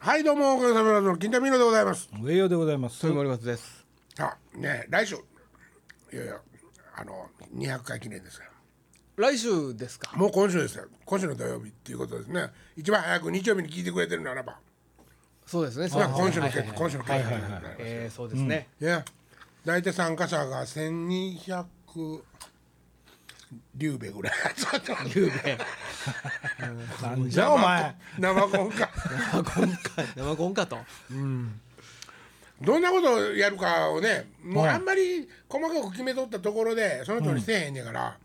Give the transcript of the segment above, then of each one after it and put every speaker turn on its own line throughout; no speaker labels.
はいどうもおかげさまの金田美濃でございます
上与でございます。
森松です。
さあね来週いやいやあの200回記念ですから
来週ですか。
もう今週ですよ今週の土曜日っていうことですね一番早く日曜日に聞いてくれてるならば
そうですね。
まあ今週の
はいは
結果
いはい
今週の結果でございます
えーそうですね。
いや大体参加者が1200リューベぐらい集まってます
なんじゃお前。
生コンか
生コンか生コンかと。
どんなことをやるかをねもうあんまり細かく決めとったところでその通りせえへんねんから、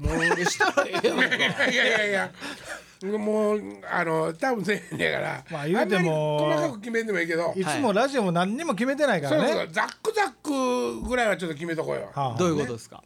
もうしたらええやんか。
いやいやいやいやもうあの多分せえへんねんから、
まあ言うても
あんまり細かく決めんでもいいけど、
いつもラジオも何にも決めてないか
そう
ら
そう
ね。
ざっくざっくぐらいはちょっと決めとこうよ、
はあ
どういうことですか。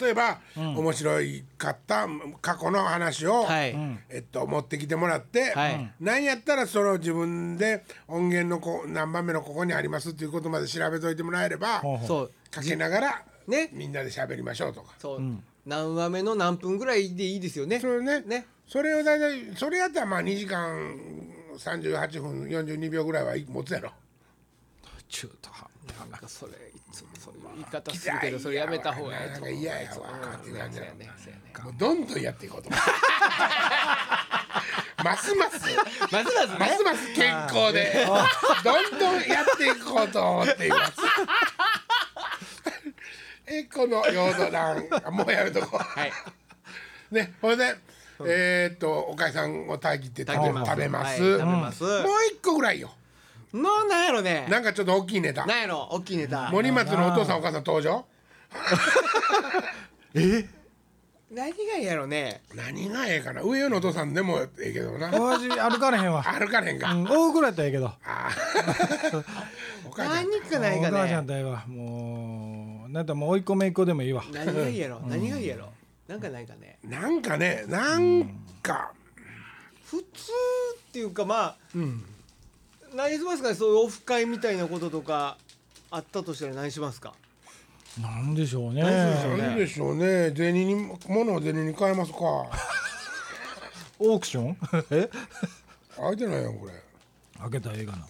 例えば、面白いかった過去の話を、
はい
えっと、持ってきてもらって、
はい
何やったらそれを自分で音源のこ何番目のここにありますっていうことまで調べといてもらえれば、
ほうほう
そう
かけながら、
ね
みんなで喋りましょうとか
そう。何話目の何分ぐらいでいいですよね。
それね
ね
それを大体それやったらまあ2時間38分42秒ぐらいは持つやろ。
中途半端
な
なん
かそれいつもそういう言い方するけどそれやめた方がええと思う。
嫌やわなんか嫌やわって感じ
そう
だ
やねそうやね
もうどんどんやっていこう と思うますます
ますますね
ますます健康でどんどんやっていこうと思っていますえこのヨードダンあもうやめとこう、
はい。
ねこれでえーっとおかえさんをたぎって食べ
炊きます
食べます,、
はい食べます
もう一個ぐらいよ
もうなんやろね。
なんかちょっと大きいネタ
なんやろ大きいネタ。
森松のお父さんお母さん登場
何がいいやろね。
何がええかな上のお父さんでもええけどな
親父歩かれへんわ。
歩かれへんか、
うん大ぐらいやったらええけど。
お母さん
何かない
お
か
母ちゃ
ね
ん。とええわ。もうなんだもう追い込めいっ子でもいいわ。
何がいいやろ何がいいやろなんかないかね
なんかねなんか、
普通っていうかまあ、何しますかねそういうオフ会みたいなこととかあったとしたら何しますか
なんでしょうね。
何でしょうね銭に物を銭に変えますか
オークション？え？
開いてないやんこれ
開けた映画な。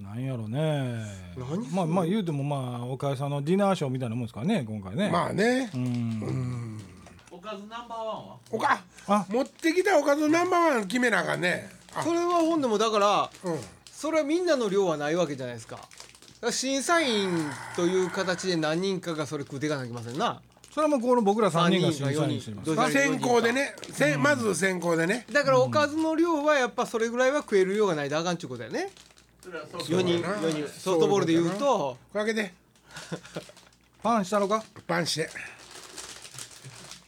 なんやろね。
何
まあまあ言うてもまあお母さんのディナーショーみたいなもんですからね今回ね。
まあね、
うん。
おかずナンバーワンは
おか
あ
持ってきたおかずナンバーワン決めなあかんねあ
それは本でもだから
うん
それはみんなの量はないわけじゃないですかだから審査員という形で何人かがそれ食うていかなきゃいけませんな
それはもうこの僕ら三人が審
三人が
査
四人
員してます
どう。
まあ先行でね、せんまず先行でね
だからおかずの量はやっぱそれぐらいは食える量がないとあかんちゅうことやね
それはそう
4人
そうだな
四人ソフトボールで言うと
これ開けて
パンしたのか？
パンして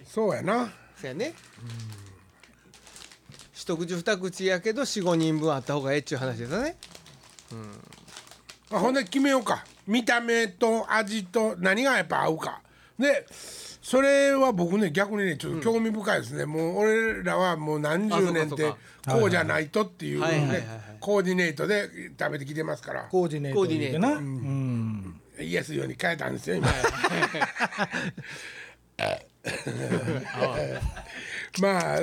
そうやな
そうやね一口二口やけど45人分あった方がええっちゅう話ですよね
あほんで決めようか見た目と味と何がやっぱ合うかでそれは僕ね逆にねちょっと興味深いですね、もう俺らはもう何十年っ
あそう
て
か
こうじゃないとっていうね
はいはいはいはい
コーディネートで食べてきてますから
コーディネートでいいかな。
コーデ
うん。
イエスように変えたんですよ今まあ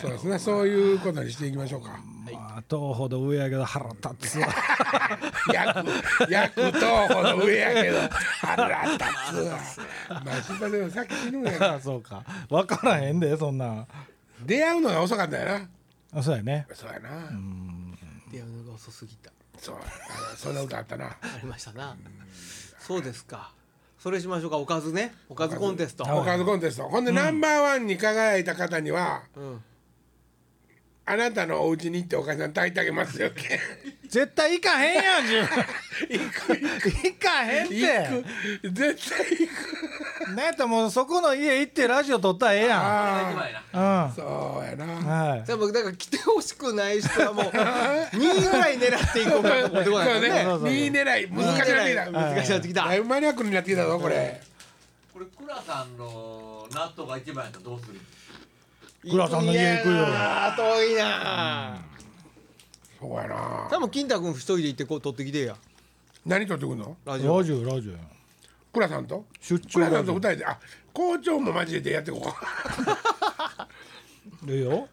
そうですねそういうことにしていきましょうか
まあ、当ほど上やけど腹立つわ。
焼く焼くとほど上やけど腹立つわまあ心配でもさっき死ぬんやから
あ そうか。わからへんで、そんなん。
出会うのが遅かったよな
あ、そうやね。
そうやな、
出会うのが遅すぎた
そうあそんな歌あったな
ありましたなそうですかそれしましょうかおかずねおかずコンテスト
おかずコンテストほんで、ナンバーワンに輝いた方には
うん
あなたのお家に行ってお母さん炊いてあげますよ
絶対行かへんやん、自分。行かへんって。
行く絶対行く
なんやったらもうそこの家行ってラジオ撮ったらええや
一
あ
枚な。
ん。うん。
そうやな
はい。
多分だから来てほしくない人はもう2 位ぐらい狙っていこうかと思っ
そ
てこ
う
ないからね
そうそう
ねいい狙い難しくなってきた
難しいなってきた
だいぶマニアックになってきたぞこれ
これクラさんの納豆が一番やったらどうする？
倉さんの家行くよ
いやー遠いなー
そうやな
多分金太君一人で行ってこう取ってきてや
何取ってくんの
ラジオ
ラジオ、ラジオ。
倉さんと
出
倉
張
さ
ラ
ん
ジ
と
オ
二。人であ校長も交えてやっていこう
いいよ。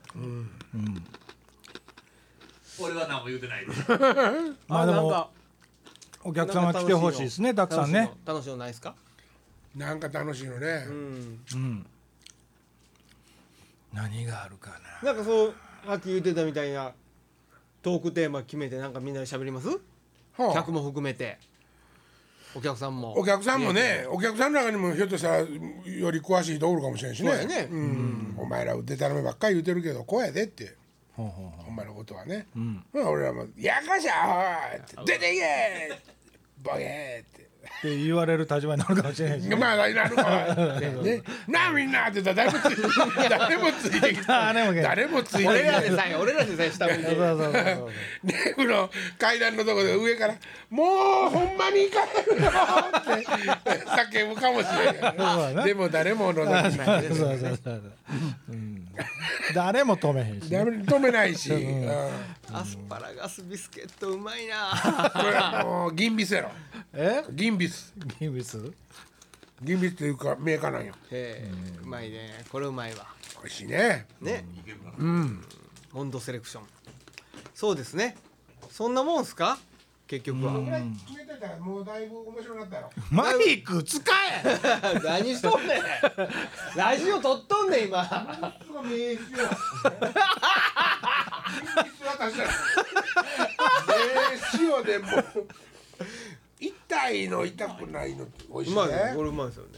俺は何も言うてないです。
まあでもお
お
客様来てほしいですねたくさんね
楽しいのないですか
なんか楽しいのね
う。ん
うん何があるかな
なんかそうさっき言ってたみたいなトークテーマ決めてなんかみんなで喋ります
はあ
客も含めてお客さんも
お客さんもね、お客さんの中にもひょっとしたらより詳しい人おるかもしれんし
そう
ね。
やね
うん、お前らでたらめばっかり言うてるけど、こうやでって、
ほうほうほ
ほんまのことはね。
ううん
まあ、俺らも、やかしゃーって、出ていけボケー
って言われる立場になるかもしれないし
って。まあ、なるか。ね、なあ、みんなって言ったら、誰もつい、誰もついてきて、
誰も来な い
誰もついてき
俺ら
て。
でさえ俺らでさえ下向 い
そう
て
そうそうそう
ね、この階段のとこで上から「もうほんまに行かないの!」って叫ぶかもしれないけ
そうや
ど
な
でも誰も望まない
そうそうそうそううん誰も止めへんしね
誰も止めないし、うん
アスパラガスビスケットうまい な
これはもう銀ビスやろ
え
銀ビス
ギブス
銀ビスというかメーカーなんよ
へえうまいねこれうまいわ
美味しいね
ね
いけるかな
モンドセレクションそうですねそんなもんすか結局は
決めといたらもうだいぶ面白くなったやろ
マイク使え
何しとんねんラジオ撮っとんねん今
すごい名刺や銀ビス渡したら名刺をでもう痛いの痛くないのって美味し
う
い
まいね
ね
これうまいですよね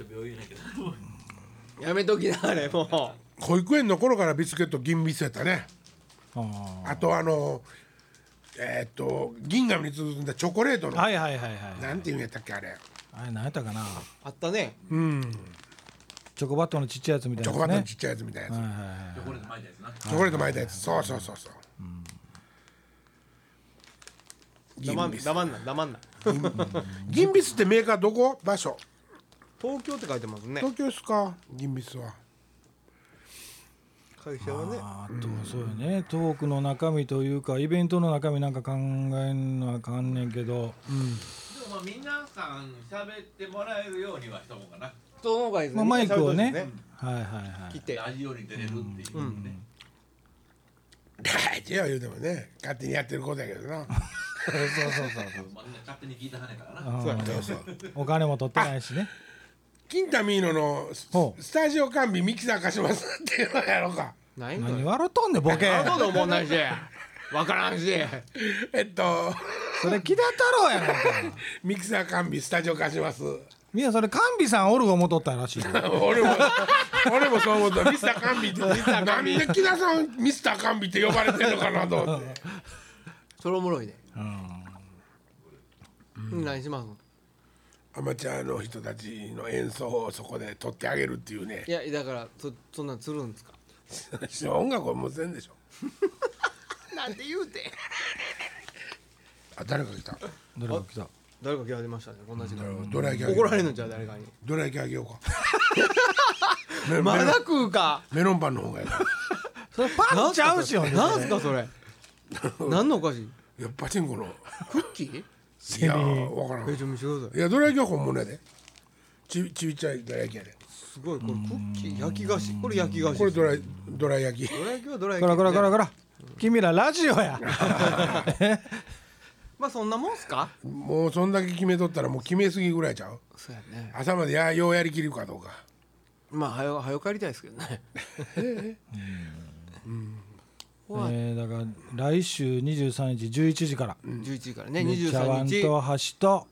明日病院やけど。
やめときなあれも
保育園の頃からビスケット銀ビスやったね
は
あとあのえーっと銀紙に包んだチョコレートの、
いはいはいはい
なんていうんやったっけあれ
あれ何やったかな
う あったね
うん
チョコバットのちっちゃいやつみたい
チ
な
ョコ
や
バット
つね
のちっちゃいやつみたいなやつ、
はいはいはい
これで巻いたやつな。
チョコレート巻いたやつそうそうそうそう、
黙
銀
ん
ビス
黙んな黙んな
銀ビスってメーカーどこ場所
東京って書いてますね
東京ですか銀ビスは
会社はね
あとはそうよねトークの中身というかイベントの中身なんか考えんのはあかんねんけど
でもまあみんなさん喋ってもらえるようにはしたもんかな。
その方がいいです
ま
ね
あマイクを
みんな喋
ね
っ
はいはいは
と
い
いてね切って
ラジオに出れるっていうね。
大事や言うてもね勝手にやってることやけどな
そうそうそうそう
まあみんな勝手に聞いたはねからな。
うん
そうそう
お金も取ってないしね
キンタミーノのス
ほう
スタジオ完備ミキサー貸しますっていうのやろうか
ないんか
何笑っとんねんボケ
あとで思わないしわからんし
えっと
それ木田太郎やねんか
ミキサー完備スタジオ貸します
みんなそれカンビさんおる思っとったらしいよ
俺も俺もそう思ったミスターカンビってなんで木田さんミスターカンビって呼ばれてるのかなと思って
それおもろいね
うん
何します
アマチュアの人たちの演奏をそこで撮ってあげるっていうね
いやだからそそんなんつるんですか
音楽はもうせんでしょ
なんて言うて
あ誰か来た
誰が来た
誰か来はりましたねこんな時間
ドラ焼きあげ
怒
よう
られるのじゃあ誰かに
ドラ焼きあげようかメ
ま
メ
だ
ロン
食うか
メロンパンの方がいい
それパンちゃうしよ
なんすかそ れ何のお菓子
いやパチンコの
クッキー
いやわからん
え
い
ちょっと見せてください
やドラ焼きは本物やでちちびちゃいドラ焼きやです
ごいこれクッキー焼き菓子これ焼き菓子
これド
どら
ラドラ焼き
焼きはどら
こ
焼
ら
き
こらこらこら君らラジオや
まあそんなもんすか
もうそんだけ決めとったらもう決めすぎぐらいちゃう
そうやね
朝までやようやりきるかどうか
まあはよはよ帰りたいですけど ね怖い
えーだから来週23日11時から
11時からね
茶
23
碗
日
と箸と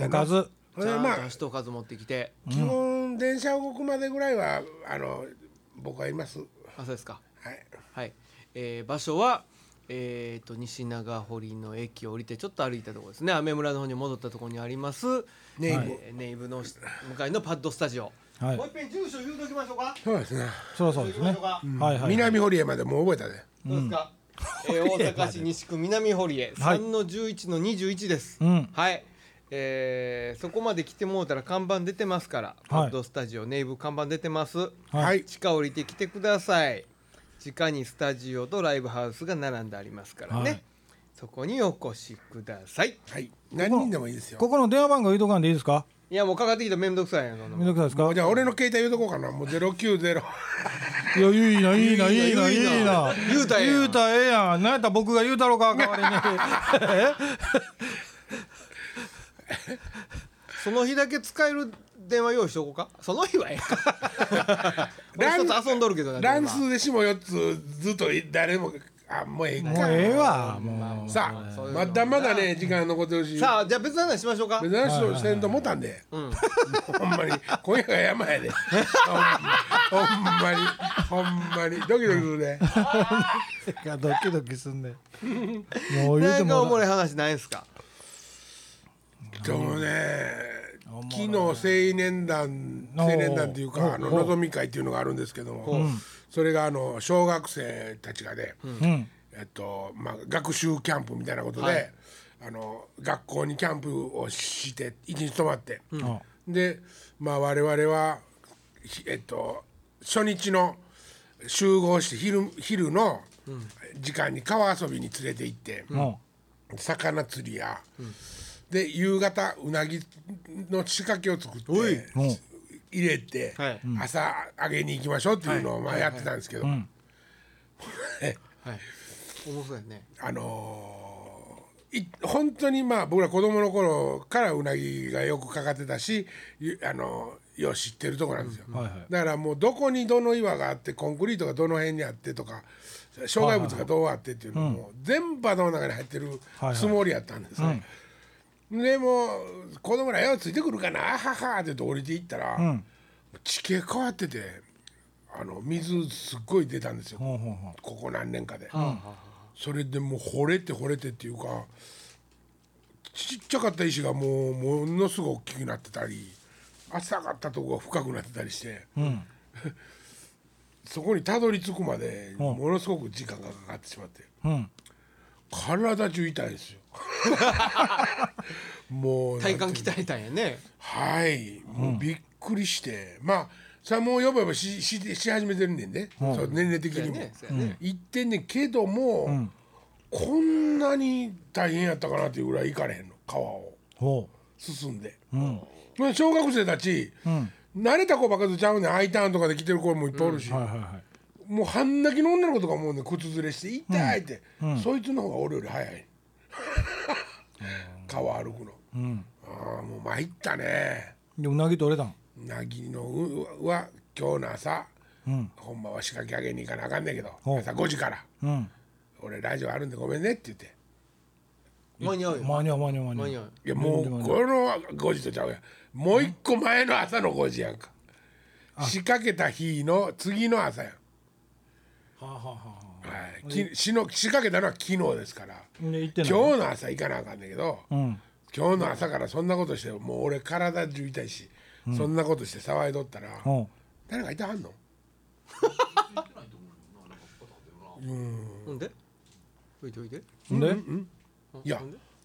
おかず
それは
ま
まあ
あ足とおかず持ってきて
基本電車動くまでぐらいはあの僕はいますは
あそうですか
い
はい、えー場所はえー、と西長堀の駅を降りてちょっと歩いたところですね雨村の方に戻ったところにあります
ネイブ
えーネイブの向かいのパッドスタジオ、
はい
もう一遍住所言うときましょうか
そうですね
そろそろですね
行きましょうか
はいはい
南堀江までもう覚えたね
どうですか、 えー大阪市西区南堀江
はい
3の11の21です、
うん
はい、えーそこまで来てもうたら看板出てますから、パッドスタジオネイブ看板出てます
はい、
はい
地下降りてきてください地下にスタジオとライブハウスが並んでありますからね、
はい
そこにお越しください
はい、何人でもいいですよ
ここの電話番号言うとかんでいいですか
いやもうかかってきたらめんどくさいやんそんな
め
も
んど
ん
くさいですか
じゃあ俺の携帯言うとこうかなもう090
いやいいないいないいないい
い
い
ない
ない
いな言うたらええやん
言うたらええやんなんやったら僕が言うたろうか代わ りに
その日だけ使える電話用意しとこうかその日はええか 俺
ラン
一つ遊んどるけどな
乱数でしも4つずっと誰もあもうええか
もうええわもう
さあまだまだね時間残ってほしい
さあじゃあ別の話しましょうか
珍しいせんと思ったんで、ほんまに今夜が山やでほんまにほんまにドキドキするね
いやドキドキすんねんもう言う
な
て
んかおも
も
ろい話ないんすか
でもね昨日青年団青年団っていうかあの望み会っていうのがあるんですけどもそれがあの小学生たちがね、
うん
えっとまあ、学習キャンプみたいなことで、
はい
あの学校にキャンプをして一日泊まって、
あ
で、まあ、我々は、ひえっと、初日の集合して昼昼の時間に川遊びに連れて行って、
も
魚釣りや、で夕方うなぎの仕掛けを作って
うも
入れて、
はい
朝揚げに行きましょうっていうのをまあやってたんですけど、
ん
はい面白いね
あのーい本当にまあ僕ら子供の頃からうなぎがよくかかってたし、ゆあのーよう知ってるとこなんですよ、
はいはい
だからもうどこにどの岩があってコンクリートがどの辺にあってとか障害物がどうあってっていうのも全部頭の中に入ってる
はい
つもりやったんですよ、でもう子供らようついてくるかなあははって言って降りていったら、
ん
地形変わっててあの水すっごい出たんですよ、
ほうほうほ
ここ何年かで、それでもう惚れて惚れてっていうかちっちゃかった石がもうものすごく大きくなってたり浅かったとこが深くなってたりして、そこにたどり着くまでものすごく時間がかかってしまって
ううん
体中痛いですよもう
体幹鍛えたんやね
はい、もうびっくりして、まあさあもう呼べばししし始めてるねんね、そう年齢的にも、
そうやねそうやね
言ってんねんけども、こんなに大変やったかなっていうぐらい行かれへんの川を
ほ
進んで、まあ小学生たち、慣れた子ばっかりちゃうねん I ターンとかで来てる子もいっぱいおるし、
うはいはいはい
もう半泣きの女の子とかもうね靴ずれして「痛い」って、そいつの方が俺より早い川歩くの、ああもう参ったね
でうなぎ取れたん
なぎのうは今日の朝、
ん
ほんまは仕掛け上げに行かなあかんねんけど
ほう
朝5時から
うん
「俺ラジオあるんでごめんね」って言って
間に合うよ
間に合う間に合う間
間
に
に合
合
う
う
よ
「いやもうこの5時とちゃうやんもう一個前の朝の5時やんか仕掛けた日の次の朝やん、
はあはあは
はい、きしの仕掛けたのは昨日ですから
あで行って
今日
ない
の朝行かなあかんねんけど
うん
今日の朝からそんなことしてもう俺体中痛いし、そんなことして騒いどったら、
ほ
誰かいてはんの
ほんでおいておいて
うんで
いや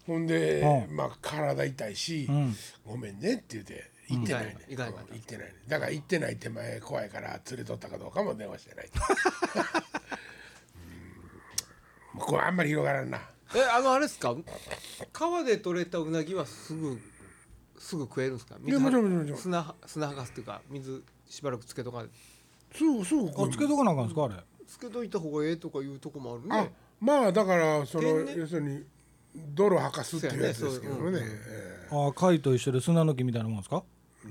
ほんで、
う
まあ体痛いし、
ん
ごめんねって言って行ってないね、
行かない行かない
うん行ってないねだから行ってない手前怖いから連れとったかどうかも電話してない うんこれあんまり広がらんな
えあのあれっすか川で取れたうなぎはすぐすぐ食えるんすか
いやもちろんもちろんもちろん
砂は砂はかすっていうか水しばらくつけとか
すぐすぐこ
あ
う
つけとかなあかんですかあれ
つけといた方がええとかいうとこもある
あ
ね
まあだからその
天然
要するに泥吐かすっていうやつですけど
そうや
ね
ねそう
え
あ貝と一緒で砂抜きみたいなもんですか
え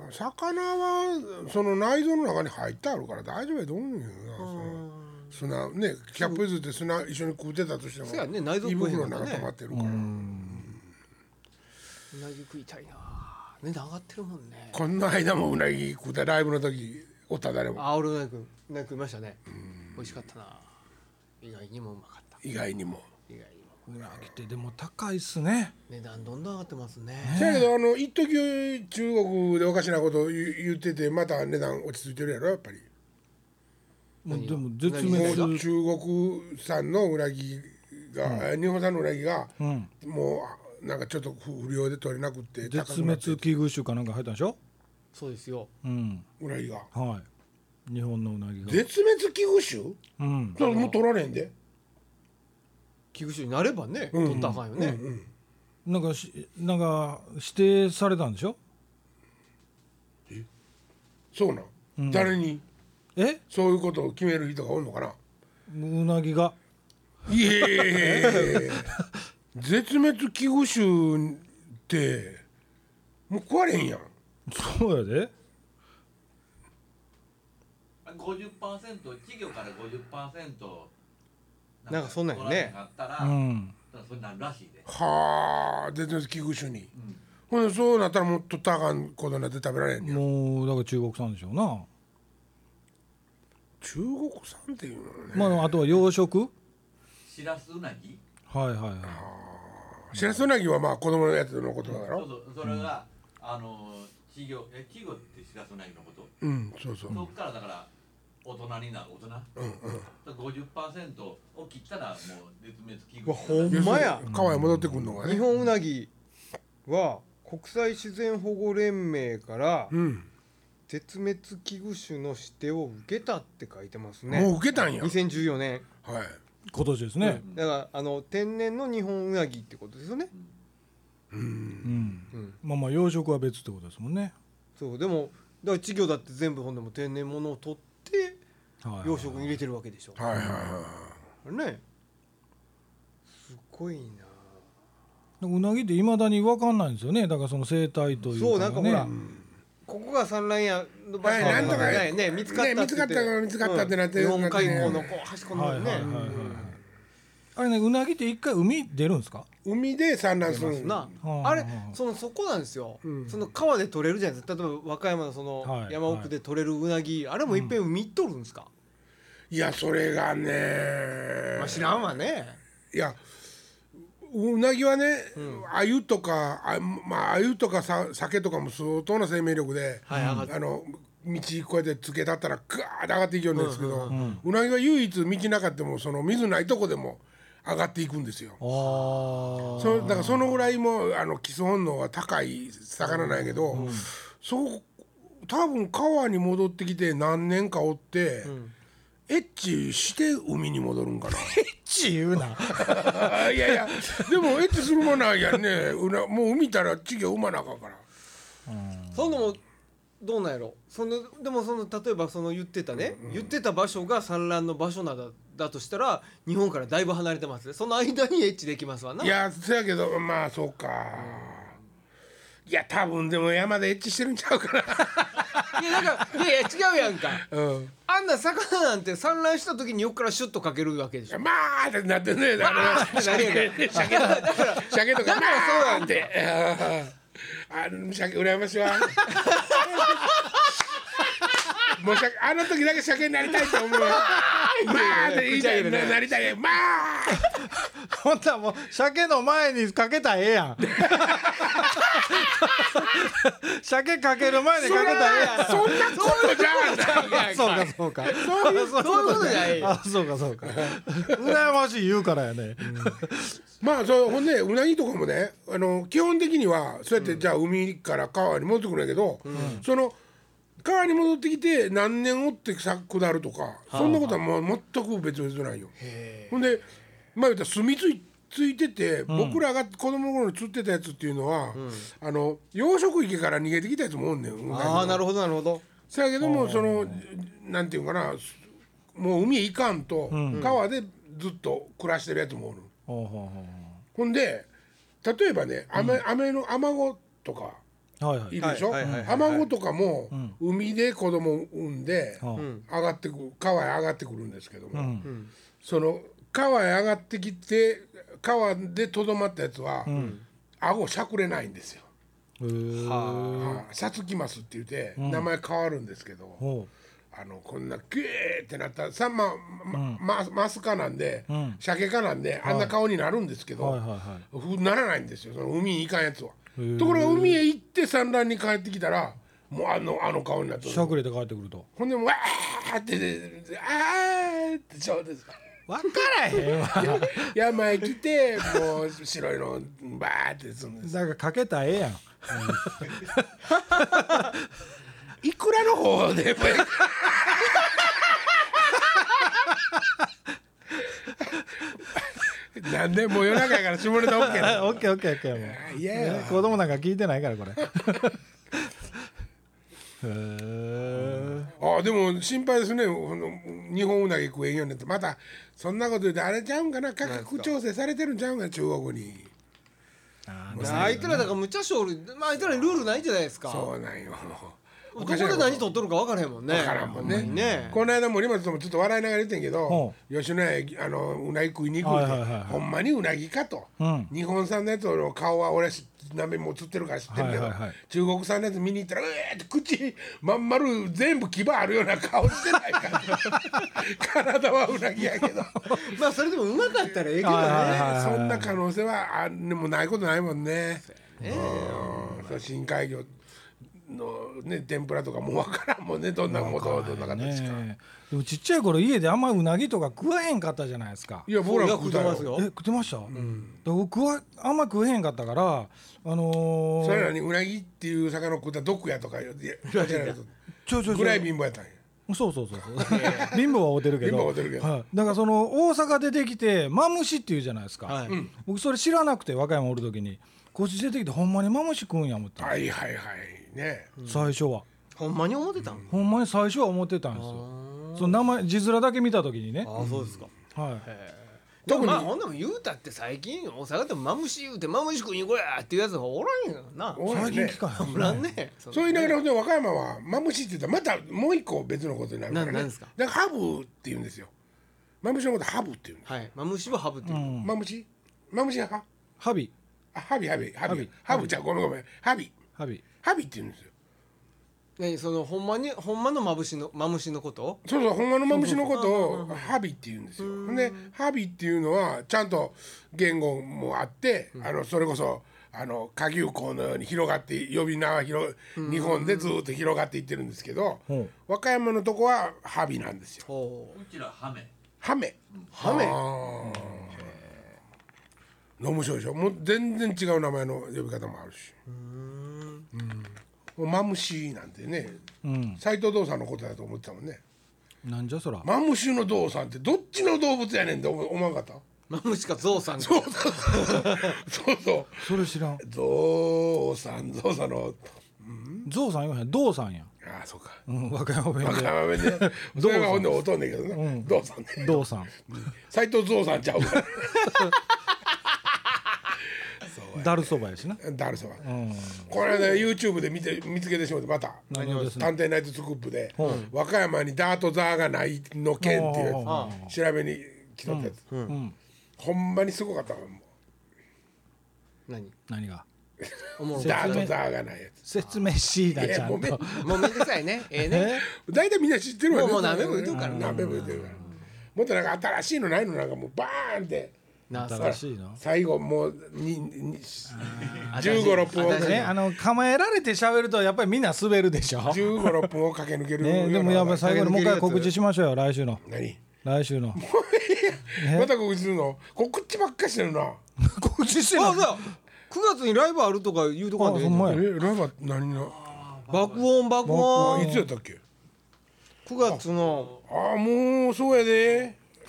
まあ魚はその内臓の中に入ってあるから大丈夫やと思うんやけどなその砂ねキャップ譲って砂一緒に食うてたとしても
そうやね内臓
胃
食えへん
袋
か
の
ら
中
ね
溜まってるから。
うなぎ食いたいな値段上がってるもんね
こんな間もうなぎ食うたライブの時おった誰も
あ俺うなぎくんうなぎ食いましたね美味しかったな意外にもうまかった
意外にも。
意外に
う
も
なぎってでも高いっすね
値段どんどん上がってますね
せやけどあの一時中国でおかしなこと言う言っててまた値段落ち着いてるやろやっぱり。
もうでも
何
絶
何
滅
が
す
も
る
う中国産のうなぎが、日本産のうなぎが、もうなんかちょっと不良で取れなくって高
絶
くなって
滅危惧種かなんか入ったんでしょ
そうですよ
うん
うなぎが。
はい日本のうなぎが
絶滅危惧種？
うん
それもう取られんで。
寄付種になればね取ったらあかんよね
なんかしなんか指定されたんでしょ
そうなん、誰に
え
そういうことを決める人がおんのかな
うなぎが
いやいやいやいやいや 絶滅危惧種ってもう食われへんやん
そうやで
50%企業から50%
なんかそんなんやね
取らへかったら、
うん
そんなんらしいで
はあ絶滅危惧種に、ほんでそうなったらもっとたがんことになって食べられへんねや
もうだから中国産でしょうな、
中国産っていうのはね、
まああとは養殖
しらすうなぎ
はいはいはい
しらすうなぎはまあ子供のやつのことだ
そう
ろ
そうそれが、あの企業え企業ってしらすうなぎのこと、
うんそうそう、
そっからだから大人になる大人、50%を切ったらもう絶滅危
うわほ
惧
んまや
川へ戻ってくるのがね
日本うなぎは国際自然保護連盟から
うん
絶滅危惧種の指定を受けたって書いてます
もう
ね
受けたんやはい
2014年
今年ですね
だからあの天然の日本うなぎってことですよね
うん、
うん
まあまあ養殖は別ってことですもんね、
そうでもだから稚魚だって全部ほんでも天然物を取って
はい、
養殖に入れてるわけでしょ
はいはいは
ねすごいな
うなぎっていまだに分かんないんですよねだからその生態というか、ね、
そうなんかほらここが産卵やの場所
はい
なんとか
ねね見つかった
ね見つかったから見つかったってなってる
うん日本海溝のこう端っこ
はいは
の
い
ね
はいはい、あれねうなぎって一回海出るんですか
い海で産卵する
ますな
うん
あれ
うん
そのそこなんですよ、
うん
その川で取れるじゃないですか例えば和歌山のそ
は
の
い
山奥で取れるうなぎ、あれもいっぺん見っとるんですか、
いやそれがね
まあ、知らんわね
いやうなぎはね、鮎とかあまあ鮎とかさ酒とかも相当な生命力で、
はい上がって
あの道こうやってつけたったらガーッて上がっていくんですけど、うなぎは唯一道なかってもその水ないとこでも上がっていくんですよ。
あー
そだからそのぐらいもあの基礎本能は高い魚なんやけど、そう多分川に戻ってきて何年かおって、エッチして海に戻るんかな。
自由な
あ いやいやでもエッチするもんなんやねうなもう海たら稚魚産まなあかんから
そんなもんどうなんやろそのでもその例えばその言ってたね、言ってた場所が産卵の場所なだだとしたら日本からだいぶ離れてますねその間にエッチできますわない
やそやけどまあそうかいや多分でも山でエッチしてるんちゃうか
いやなんかいやいや違うやんか
なうん
あんな魚なんて産卵した時に横からシュッとかけるわけでしょ
まあってなってねだから
なるやんか
鮭とか鮭とか
だからそうなんだ
まあってあの鮭羨ましいわ もう鮭あの時だけ鮭になりたいと思うわまあって言いたいななりたいまあ
ほんならもう鮭の前にかけたらええやん 鮭かける前にかけたらええやん
そんなことじゃない
あそうかそうか
そういうことじゃない
あそうかそうか羨ましい言うからやね、
まあそうほんでうなぎとかもねあの基本的にはそうやって、じゃあ海から川に戻ってくるんやけど、その川に戻ってきて何年おってさ下るとか、そんなことはもう全く別々なんよ。ほんでまあ言ったら住みついついてて、僕らが子供の頃に釣ってたやつっていうのは、あの養殖池から逃げてきたやつもおんねん。
ああなるほどなるほど
そやけどもそのなんていうかなもう海へ行かんと、川でずっと暮らしてるやつもおる。
ほうほう
ほんで例えばね雨,、雨の雨子とか
ほうはいはいい
るでしょ
はいはいはいはい
雨子とかも海で子供産んで
はあ
上がってくる川へ上がってくるんですけども、
ん
その川へ上がってきて川でとどまったやつは、顎しゃくれないんですよ。
へー
はいさつきますって言って名前変わるんですけど。
ほ
あのこんなキューってなったサンマ、ままマスカなんで、鮭かなんであんな顔になるんですけど、
はいはいは
ふならないんですよその海に行かんやつは
ー
ところが海へ行って産卵に帰ってきたらもうあのあの顔になって
う
る
しゃくれて帰ってくると
ほんでもうわーってであーってそうです
分からへんわ
山へ来てもう白いのバーってするんです
だからかけたらええやん
いくらの方で もなんでもう夜中やから下ネタ OK な の
オッケーオッケーオッケーもう
いやいや
ね子供なんか聞いてないからこれへえ
あでも心配ですねこの日本うなぎ食えんようになってまたそんなこと言うてあれちゃうんかな価格調整されてるんちゃうんかな中国に
あー
あいつらだから無茶勝利まああいつらにルールないじゃないですかど
そうなんよ
こで何取っとるか分からへんもんね
分からんもんね
ね
この間森松ともちょっと笑いながら言ってんけど
ほ
吉野家あのうなぎ食いに行くって、
はいはいはいはい
ほんまにうなぎかと、
うん
日本産のやつの顔は俺鍋も映ってるから知ってるけど、
はいはいはい
中国産のやつ見に行ったらうえーって口まん丸全部牙あるような顔してないから 体はうなぎやけど
まあそれでもうまかったらええけど
はいはい
ね
はい
そんな可能性はあでもないことないもんね。
ね
うんそう深海魚のね天ぷらとかもわからんもんねどんなことどんな形か。
ねえでもちっちゃい頃家であんまうなぎとか食わへんかったじゃないですか
いや僕ら食うた
いや
よ
食うて。ま
え食ってました、だから僕はあんま食えへんかったからあのー
それなのにうなぎっていう魚を食ったら毒やとか言うて言われる
ちょちょちょ
ぐらい貧乏やったんや。
そうそうそうそう 貧乏は合うてるけど
貧乏は合うてるけど
はい、だからその大阪出てきてマムシっていうじゃないですか、
はい
僕それ知らなくて和歌山おる時にこっち出てきてほんまにマムシ食うんや思って、
はいはいはいね。
最初は
ほんまに思ってたん
ほんまに最初は思ってたんですよその名前字面だけ見た時にね、
ああそうですか
はい、
特に
まあほんなもん言うたって最近大阪でもマムシ言うてマムシ食いに行こうやっていうやつがおらんよな
おらん
最
ね
近聞かへん
おらんね
そう言いながらほんで和歌山はマムシって言ったらまたもう一個別のことになるからね。
ななんですか
だからハブって言うんですよ。マムシのことハブって言うんです。
はいマムシはハブっていう
マムシマムシは
ハビ
あハビハビハビハ
ハ
ビ
ビ
じゃあごめんごめんハビ
ハビ
ハビって言うんですよ
何そのほんまにほんまのマムシのマムシのこと
そうそうほんまのマムシのことをハビって言うんですよほんでハビっていうのはちゃんと言語もあって、あのそれこそあの下牛港のように広がって呼び名は広日本でずっと広がっていってるんですけど、
うん
和歌山のとこはハビなんですよ
ほ
うちらハメ
ハメ
ハメ
あー面白いでしょもう全然違う名前の呼び方もあるしうんマムシなんてね
うん
斎藤道さんのことだと思ってたもんね
なんじゃそら
マムシの道さんってどっちの動物やねんって思思わんかった
うマムシかゾウさんか
そうそうそうそうそう
それ知らん
ゾウさんゾウさんの
ゾウさん言わへんゾウさんや
ああそうか
うん和歌山弁
わか
で
らん ねそれがほんで音ねんけどねゾウさんね
ゾウさん
斎藤ゾウさんちゃうから
ダルそばやしな
だるさは
うん
これね YouTube で見て見つけてしまってまた
何をですね
探偵ナイトスクープで、和歌山にダートザーがないの件っていうやつ調べに来とったやつ、
ん
ほんまにすごかったわも
何
何が
おもろ
う
い
ダートザーがないやつ
説明しいなち
え
ゃ
もうんめ
と
もうめんどくさいねええね
大体みんな知ってるわね
もうもう何べんも言うとるから
何べんも言うてるからもっとなんか新しいのないのなんかもうバーンって
なあ
新しいの
最後もうにに15-6分
私
ねあの構えられて喋るとやっぱりみんな滑るでしょ
15-6分を駆け抜けるような、
ねでもやっぱり最後にもう一回告知しましょうよ来週の
何
来週の
また告知するの告知ばっかりしてるな
告知して
そうだ九月にライブあるとか言うとこ
あ
なんで
ほんま
え
や
ラバ何の
爆音爆
あ
音
いつやったっけ
九月の
ああもうそうやで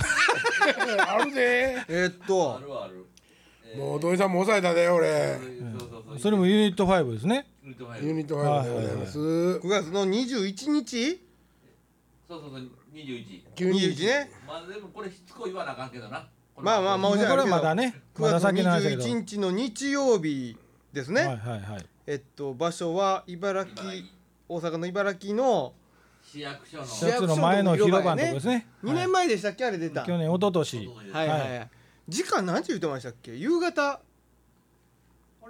あるで
えーっと
あるある、
もう土井さんも抑えたで俺
そうそうそう
それもユニット5ですね
言うてもらえる
ユニットワイルドでございます
九月の二十一日
そうそうそう21
急
二十
に
一ね
まあでもこれしつこい言わなあかんけどな
まあまあまあ
こ
おじ
れ
ゃある
は
けど
まだね
九
まだ
月の
先の話だけ
21
ど
日の日曜日ですね、
はいはいはい
えっと場所は茨城
茨城
大阪の茨城の
市役所の
シャツの前の広場のとこですね
2年前でしたっけ、あれ出た
去年一昨年
はいはいはい、
は
時間何時言ってましたっけ夕方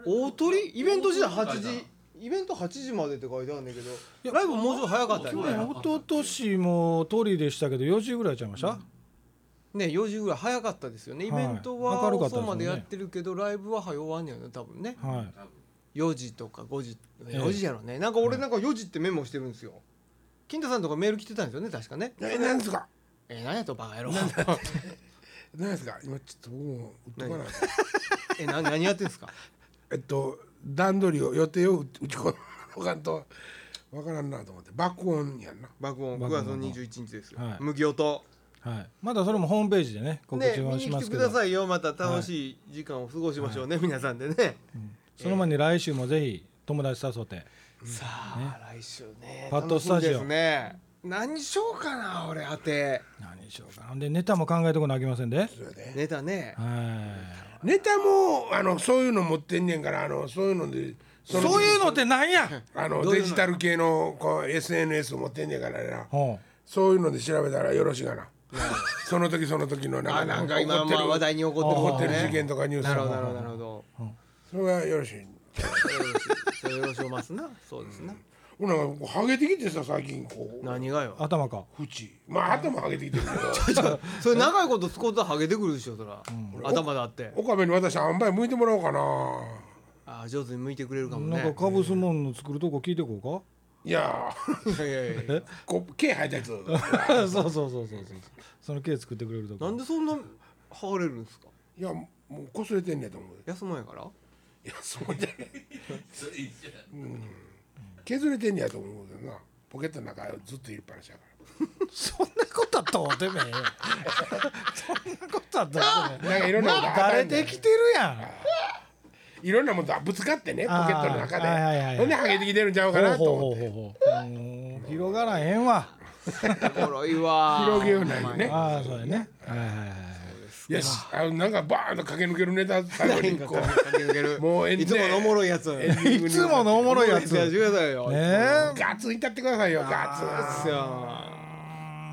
大鳥イベント時代8時イベント8時までって書いてあるんだけどライブもうちょっと早かった
去
よ
今
年
日
ね
一昨年も鳥でしたけど4時ぐらいちゃいました、
ね4時ぐらい早かったですよねイベント
はい明
は
るかったです
遅
よ
う
ね
までやってるけどライブは早わんねやな多分ね
はい
4時とか5時
ええ
4時やろねなんか俺なんか4時ってメモしてるんですよ金太さんとかメール来てたんですよね確かね
え何ですか
えー、何やとバカ野郎
何ですか今ちょっと僕も打っとかない
えな何やってんですか
えっと段取りを予定を打ち込むかんとわからんなと思って爆音やんな
爆音9
爆
月
音
の21日ですよ、
はい
麦音
はい、まだそれもホームページでね告
ね
知
見
は
に
し
来
ま
て
すけ
く
ど、
ださいよまた楽しい時間を過ごしましょうね、皆さんでね、
その前に来週もぜひ友達誘って
さあ、来週ね
パッドスタジオ
楽しみですね何しようかな俺当て
何しようかなほんでネタも考えとこなあきませんで
ネタね
はい
ネタもあのそういうの持ってんねんからあのそういうのでその
そういうのってなんや
あの
どうい
デ
うの
ジタル系のこう SNS を持ってんねんからな
ほ
そういうので調べたらよろしいかなその時その時のな
あ
んか
なんか今
起こ
ま
っ
あ話
てる
題に起こってる
起こってる事件とかニュース
なるほどなる
の
ほどなるほど
それがよろしい
それよろしおますなそうですな
ほらなんかハゲてきてさ最近こう
何がよ
う頭か
縁まあ頭ハゲてきてるけ ど
それ長いこと使うとハゲてくるでしょそら、頭だって
岡部に私あんばい向いてもらおうかな
あー上手に向いてくれるかも
なんか
ね
かぶすもんの作るとこ聞いてこ
いや
いやいやいや
ーこう毛生えたやつ
うかそうそうそうそうそうその系作ってくれると
なん
こ
でそんな剥がれるんですか
いやもうこすれてんねやと思う
安物や から
いやそうじゃない
それ一緒や
削れてんねやと思うけどなポケットの中ずっといるっぱなしやか
そんなことあったわてめえそんなことあったわてめ
らなんかいろんなこと
え
当
バ
た
レ
んね
て
ん
きてるやん
いろんなものとぶつかってねポケ
あー
ットの中で
はいはいはい
ほんでハゲてきてるんちゃうかなと思
ほ
っ
う
て
ほうほうほううん広がらへんわ
おもろいわー
広げようないよね
ああそうやねはいはいはい
いやしあのなんかバーンと駆け抜けるネタ最後
なん
に
か
こ う
駆け抜ける
もうエンディ
いつものおもろいやつ
エンディング
い
に
つものおもろいやつ
やって
ね
くださいよ
え
ガツンいったってくださいよガツン
そうや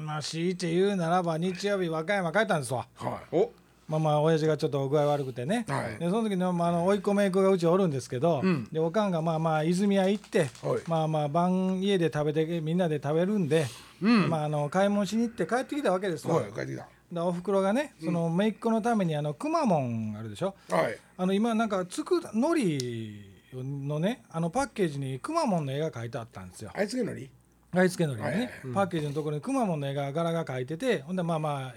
まあ強いて言うならば日曜日和歌山帰ったんですわ
は
お
まあまあ親父がちょっと具合悪くてね、
はい
でその時の,、まあ、あの甥っ子姪っ子がうちおるんですけど、でおかんがまあまあ泉屋行って、
はい
まあまあ晩家で食べてみんなで食べるんで、まあ、あの買い物しに行って帰ってきたわけです
いは
わ
い帰ってき
でおふくろがねその姪っ子のためにあのくまモンあるでしょ
たはい
あの今なんかつくのりのねあのパッケージにくまモンの絵が描いてあったんですよ
あいつけのり
愛知県のりのね、
はいはい
パッケージのところにくまモンの絵が柄が描いててほんでまあまあ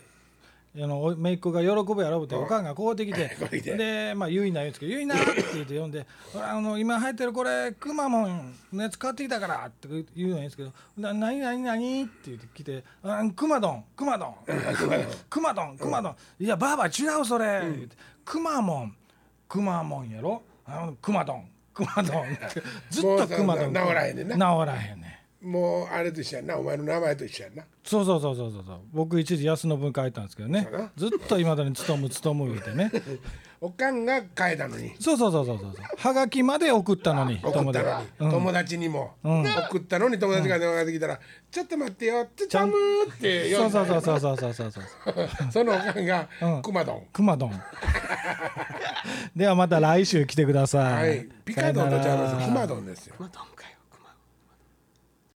あのお姪っ子が喜ぶやろうっておかんがこうてきて
こうてきて
でまあ言いな言うんですけど「言いな」って言って呼んで「ほらあの今入ってるこれくまモンのやつ買ってきたから」って言うのはいいんですけど「な何何何?」って言ってきて「あくまどんくまど んくまどんくまどんいやばあば違うそれ」くまモンくまモンやろあのくまどんくまど ん」ってずっ
も
と
うそ
くまどん
治らへんねんな
治らへんねん
もうあれと一緒やんなお前の名前と一緒やんな
そうそうそうそうそうそう僕一時安信書いたんですけどね
そうな
ずっといまだに「勤む勤む」言うてね
おかんが変えたのに
そうそうそうそうそうはがきまで送ったのに
送
友
ったの
達
に、
うん
友達にも、送ったのに友達が電話ができたら「ちょっと待ってよ」って「ちゃむ」って
そうそううそうそうそうそうそうそう
そのおかんが
うん
「くまどん
くまどん ではまた来週来てくだ」さ、
はいいピカドンとちゃう
さ
んで
よなら
すくまどんですよ
まあどんか